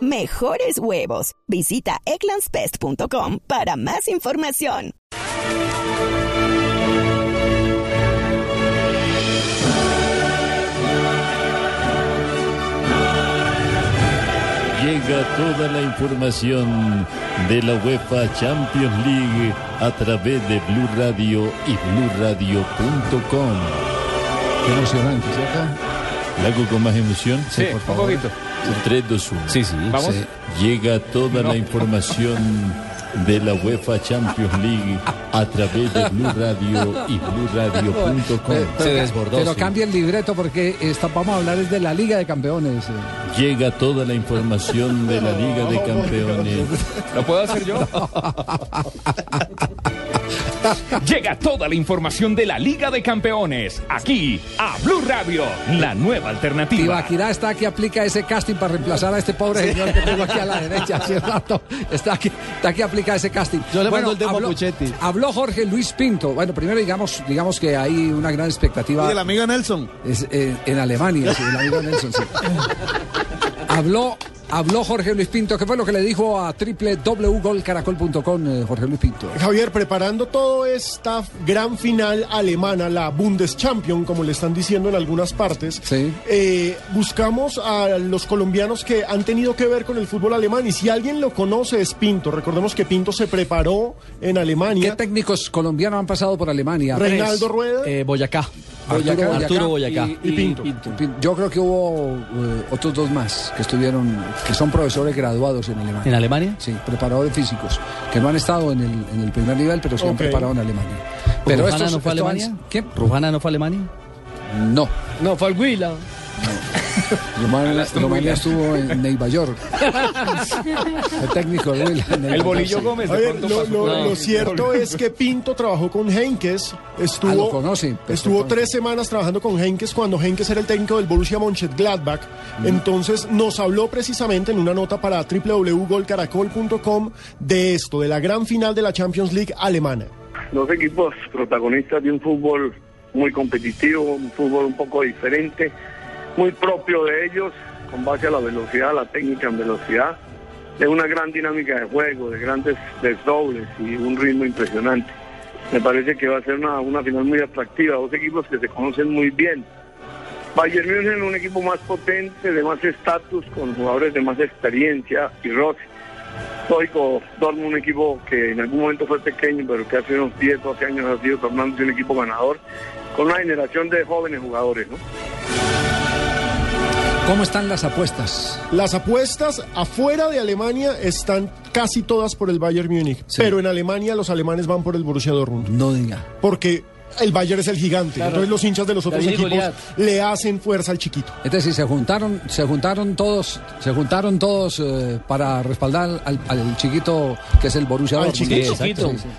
Mejores huevos. Visita egglandsbest.com para más información. Llega toda la información de la UEFA Champions League a través de Blue Radio y BlueRadio.com. Qué emocionante, ¿cierto? ¿La hago con más emoción? Sí, por un favor. poquito. 3, 2, 1. Sí, sí. Vamos. Llega toda la información de la UEFA Champions League a través de Blue Radio y BlueRadio.com. Se desbordó, Pero sí. cambia el libreto porque esta- vamos a hablar es de la Liga de Campeones. eh. Llega toda la información de la Liga de Campeones. ¿Lo puedo hacer yo? Llega toda la información de la Liga de Campeones, aquí a Blue Radio, la nueva alternativa. Tibaquirá está aquí, aplica ese casting para reemplazar a este pobre señor que tengo aquí a la derecha hace rato. Está aquí, está aquí, aplica ese casting. Yo le mando el demo a habló, Puchetti. habló Jorge Luis Pinto. Bueno, primero digamos, digamos que hay una gran expectativa. Y el amigo Nelson. Es, eh, en Alemania, sí, el amigo Nelson, sí. Habló, habló Jorge Luis Pinto. ¿Qué fue lo que le dijo a www.golcaracol.com eh, Jorge Luis Pinto? Javier, preparando toda esta gran final alemana, la Bundeschampion, como le están diciendo en algunas partes, Sí. eh, buscamos a los colombianos que han tenido que ver con el fútbol alemán. Y si alguien lo conoce es Pinto. Recordemos que Pinto se preparó en ¿Qué Alemania. técnicos colombianos han pasado por Alemania? Reinaldo Tres. Rueda. Eh, Boyacá. Boyacá, Arturo Boyacá. y- Y Pinto. Pin- Yo creo que hubo eh, otros dos más que estuvieron, que son profesores graduados en Alemania. ¿En Alemania? Sí, preparadores físicos, que no han estado en el, en el primer nivel, pero se han Ok. preparado en Alemania. Pero ¿Rujana estos, no fue a estos han- Alemania? ¿Quién? ¿Rujana no fue a Alemania? No. No, fue al Huila. Román, Román estuvo en Nueva York. El técnico de Huila, en Nueva El bolillo York, Gómez. A de ver, pronto lo, pasó lo- por Ah. ahí. lo cierto es que Pinto trabajó con Henkes, estuvo, Ah, lo conocen, estuvo perfectamente. tres semanas trabajando con Henkes cuando Henkes era el técnico del Borussia Mönchengladbach. Entonces nos habló precisamente en una nota para www.golcaracol.com de esto, de la gran final de la Champions League alemana. dos equipos protagonistas de un fútbol muy competitivo, un fútbol un poco diferente, muy propio de ellos, con base a la velocidad, la técnica en velocidad, de una gran dinámica de juego, de grandes desdobles y un ritmo impresionante. Me parece que va a ser una, una final muy atractiva, dos equipos que se conocen muy bien. Bayern Múnich es un equipo más potente, de más estatus, con jugadores de más experiencia y roce. Stoico Dortmund, un equipo que en algún momento fue pequeño, pero que hace unos 10, 12 años ha sido tornándose un equipo ganador, con una generación de jóvenes jugadores, ¿no? ¿Cómo están las apuestas? Las apuestas afuera de Alemania están casi todas por el Bayern Múnich, Sí. pero en Alemania los alemanes van por el Borussia Dortmund. No diga. Porque el Bayern es el gigante, entonces los hinchas de los otros David y equipos Goliat. le hacen fuerza al chiquito. Es decir, se juntaron, se juntaron todos, se juntaron todos eh, para respaldar al, al chiquito que es el Borussia Al Dortmund. Ah, chiquito. Sí, exacto, sí, sí.